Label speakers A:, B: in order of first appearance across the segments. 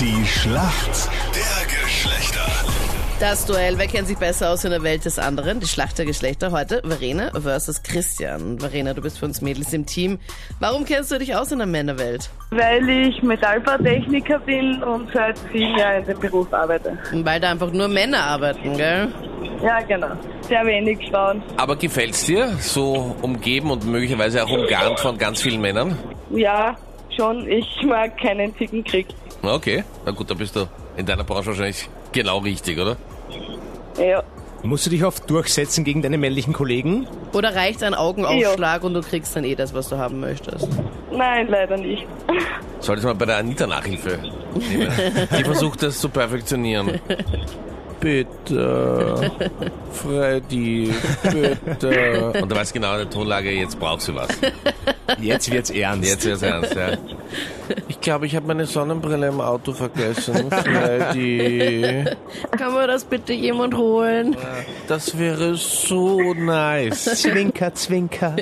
A: Die Schlacht der Geschlechter.
B: Das Duell, wer kennt sich besser aus in der Welt des anderen? Die Schlacht der Geschlechter heute, Verena versus Christian. Verena, du bist für uns Mädels im Team. Warum kennst du dich aus in der Männerwelt?
C: Weil ich Metallbautechniker bin und seit sieben Jahren in dem Beruf arbeite.
B: Weil da einfach nur Männer arbeiten, gell?
C: Ja, genau. Sehr wenig Frauen.
D: Aber gefällt's dir, so umgeben und möglicherweise auch umgarnt von ganz vielen Männern?
C: Ja, schon. Ich mag keinen dicken Krieg.
D: Na, Okay, na gut, da bist du in deiner Branche wahrscheinlich genau richtig, oder?
C: Ja.
E: Musst du dich oft durchsetzen gegen deine männlichen Kollegen?
B: Oder reicht ein Augenaufschlag und du kriegst dann eh das, was du haben möchtest?
C: Nein, leider nicht.
D: Solltest mal bei der Anita Nachhilfe nehmen. Die versucht das zu perfektionieren. Bitte, Freddy, bitte. Und du weißt genau, in der Tonlage, jetzt braucht sie was.
E: Jetzt wird's ernst.
D: Jetzt wird's ernst, ja. Ich glaube, ich habe meine Sonnenbrille im Auto vergessen, Freddy.
B: Kann mir das bitte jemand holen?
D: Das wäre so nice.
E: Zwinker, zwinker.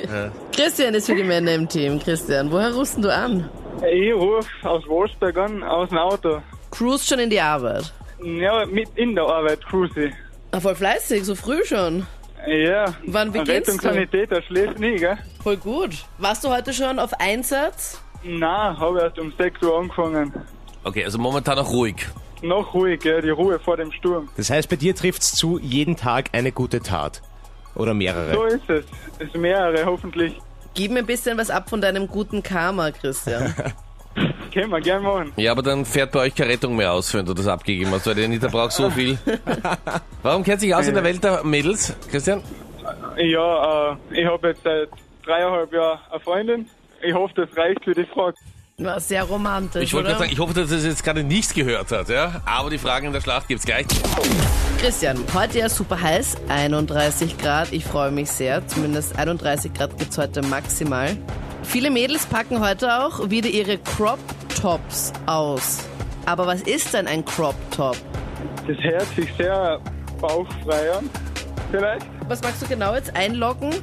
B: Christian ist für die Männer im Team. Christian, woher rufst denn du an?
F: Ich rufe aus Wolfsberg an, aus dem Auto.
B: Cruise schon in die Arbeit.
F: Ja, mit in der Arbeit cruise ich.
B: Ah, voll fleißig, so früh schon.
F: Ja.
B: Wann
F: Ein
B: beginnst du?
F: Rettungssanitäter schläft nie, gell?
B: Voll gut. Warst du heute schon auf Einsatz?
F: Nein, habe erst um 6 Uhr angefangen.
D: Okay, also momentan noch ruhig.
F: Noch ruhig, gell? Die Ruhe vor dem Sturm.
E: Das heißt, bei dir trifft's zu jeden Tag eine gute Tat. Oder
F: So
E: mehrere.
F: ist es. Es mehrere, hoffentlich.
B: Gib mir ein bisschen was ab von deinem guten Karma, Christian.
F: Können wir gern machen.
D: Ja, aber dann fährt bei euch keine Rettung mehr aus, wenn du das abgegeben hast, weil der Anita braucht so viel. Warum kennt sich aus in der Welt der Mädels, Christian?
F: Ja, äh, ich habe jetzt seit dreieinhalb Jahren eine Freundin. Ich hoffe, das reicht für die Frage.
B: War sehr romantisch,
D: Ich wollte
B: oder?
D: gerade sagen, ich hoffe, dass es jetzt gerade nichts gehört hat, ja? Aber die Fragen in der Schlacht gibt's gleich.
B: Christian, heute ja super heiß, 31 Grad. Ich freue mich sehr. Zumindest 31 Grad gibt's heute maximal. Viele Mädels packen heute auch wieder ihre Crop Tops aus. Aber was ist denn ein Crop Top?
F: Das hört sich sehr bauchfrei an. Vielleicht?
B: Was magst du genau jetzt einloggen?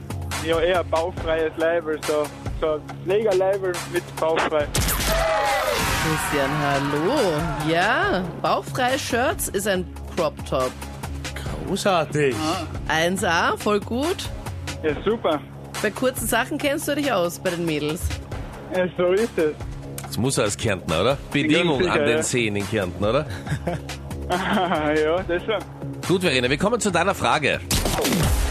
F: Ja, eher bauchfreies Leibel, so. So ein Pflegerleibel mit bauchfrei.
B: Christian, hallo. Ja, bauchfreie Shirts ist ein Crop Top.
E: Großartig.
B: 1A, voll gut.
F: Ja, super.
B: Bei kurzen Sachen kennst du dich aus bei den Mädels.
F: Ja, so ist es.
D: Das muss er als Kärntner, oder? Bedingung
F: sicher,
D: an den
F: ja.
D: Seen in Kärnten, oder?
F: Ah, ja, das schon.
D: Gut, Verena, wir kommen zu deiner Frage.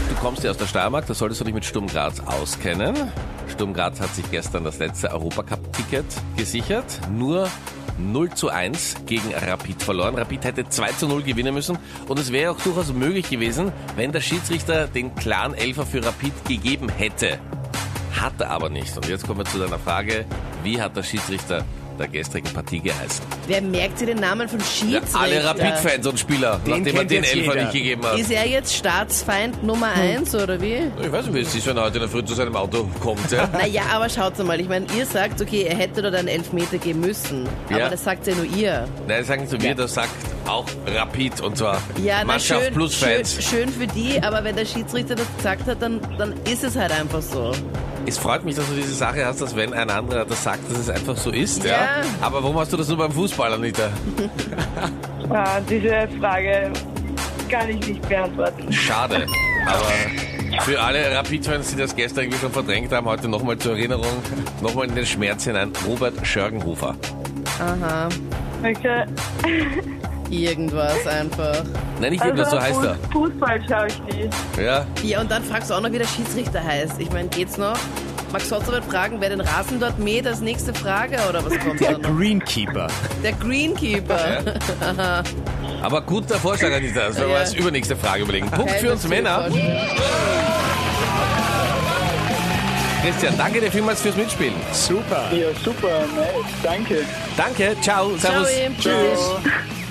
D: Du kommst ja aus der Steiermark, da solltest du dich mit Sturm Graz auskennen. Sturm Graz hat sich gestern das letzte Europacup-Ticket gesichert. Nur 0 zu 1 gegen Rapid verloren. Rapid hätte 2 zu 0 gewinnen müssen. Und es wäre auch durchaus möglich gewesen, wenn der Schiedsrichter den klaren Elfer für Rapid gegeben hätte. Hat er aber nicht. Und jetzt kommen wir zu deiner Frage, wie hat der Schiedsrichter der gestrigen Partie geheißen?
B: Wer merkt sich den Namen von
D: Ja,
B: Schiedsrichter?
D: alle Rapid-Fans und Spieler, nachdem er
E: kennt
D: den
E: jetzt
D: Elfer
E: jeder.
D: nicht gegeben hat.
B: Ist er jetzt Staatsfeind Nummer eins oder wie?
D: Ich weiß nicht, wie es ist, wenn er heute in der Früh zu seinem Auto kommt. Ja?
B: Naja, aber schaut mal, ich meine, ihr sagt, okay, er hätte dort einen Elfmeter geben müssen. Aber
D: Ja.
B: das sagt ja nur ihr.
D: Nein, sagen Sie mir, das sagt auch Rapid und zwar
B: Ja, na,
D: Mannschaft
B: schön,
D: plus
B: schön,
D: Fans.
B: schön für die, aber wenn der Schiedsrichter das gesagt hat, dann, dann ist es halt einfach so.
D: Es freut mich, dass du diese Sache hast, dass wenn ein anderer das sagt, dass es einfach so ist. Ja.
B: Ja.
D: Aber warum hast du das nur beim Fußball, Anita?
C: Ah, diese Frage kann ich nicht beantworten.
D: Schade. Aber für alle Rapid-Fans, die das gestern irgendwie schon verdrängt haben, heute nochmal zur Erinnerung, nochmal in den Schmerz hinein, Robert Schörgenhofer.
B: Aha,
C: Okay.
B: irgendwas einfach.
D: Nein, nicht
B: Also,
D: wirklich, so heißt
C: also Fuß- Fußball schaue ich nicht.
D: er. Ja,
B: Ja, und dann fragst du auch noch, wie der Schiedsrichter heißt. Ich meine, geht's noch? Magst du trotzdem mal fragen, wer den Rasen dort mäht? Das nächste Frage oder was kommt da
E: Der
B: noch?
E: Greenkeeper.
B: Der Greenkeeper.
D: aber guter Vorschlag, Anita. Das werden wir
B: Ja.
D: als übernächste Frage überlegen. Punkt
B: Kein
D: für uns Männer. Christian, danke dir vielmals fürs Mitspielen.
E: Super.
F: Ja, super, nice. danke.
D: Danke, ciao,
B: Ciao, eh.
D: servus.
B: Tschüss.